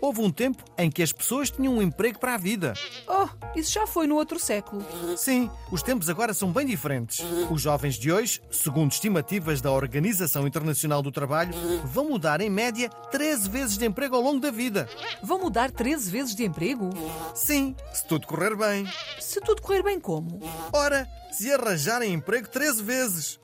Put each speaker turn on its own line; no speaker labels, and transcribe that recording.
Houve um tempo em que as pessoas tinham um emprego para a vida.
Oh, isso já foi no outro século.
Sim, os tempos agora são bem diferentes. Os jovens de hoje, segundo estimativas da Organização Internacional do Trabalho, vão mudar em média 13 vezes de emprego ao longo da vida.
Vão mudar 13 vezes de emprego?
Sim, se tudo correr bem.
Se tudo correr bem, como?
Ora, se arranjarem emprego 13 vezes.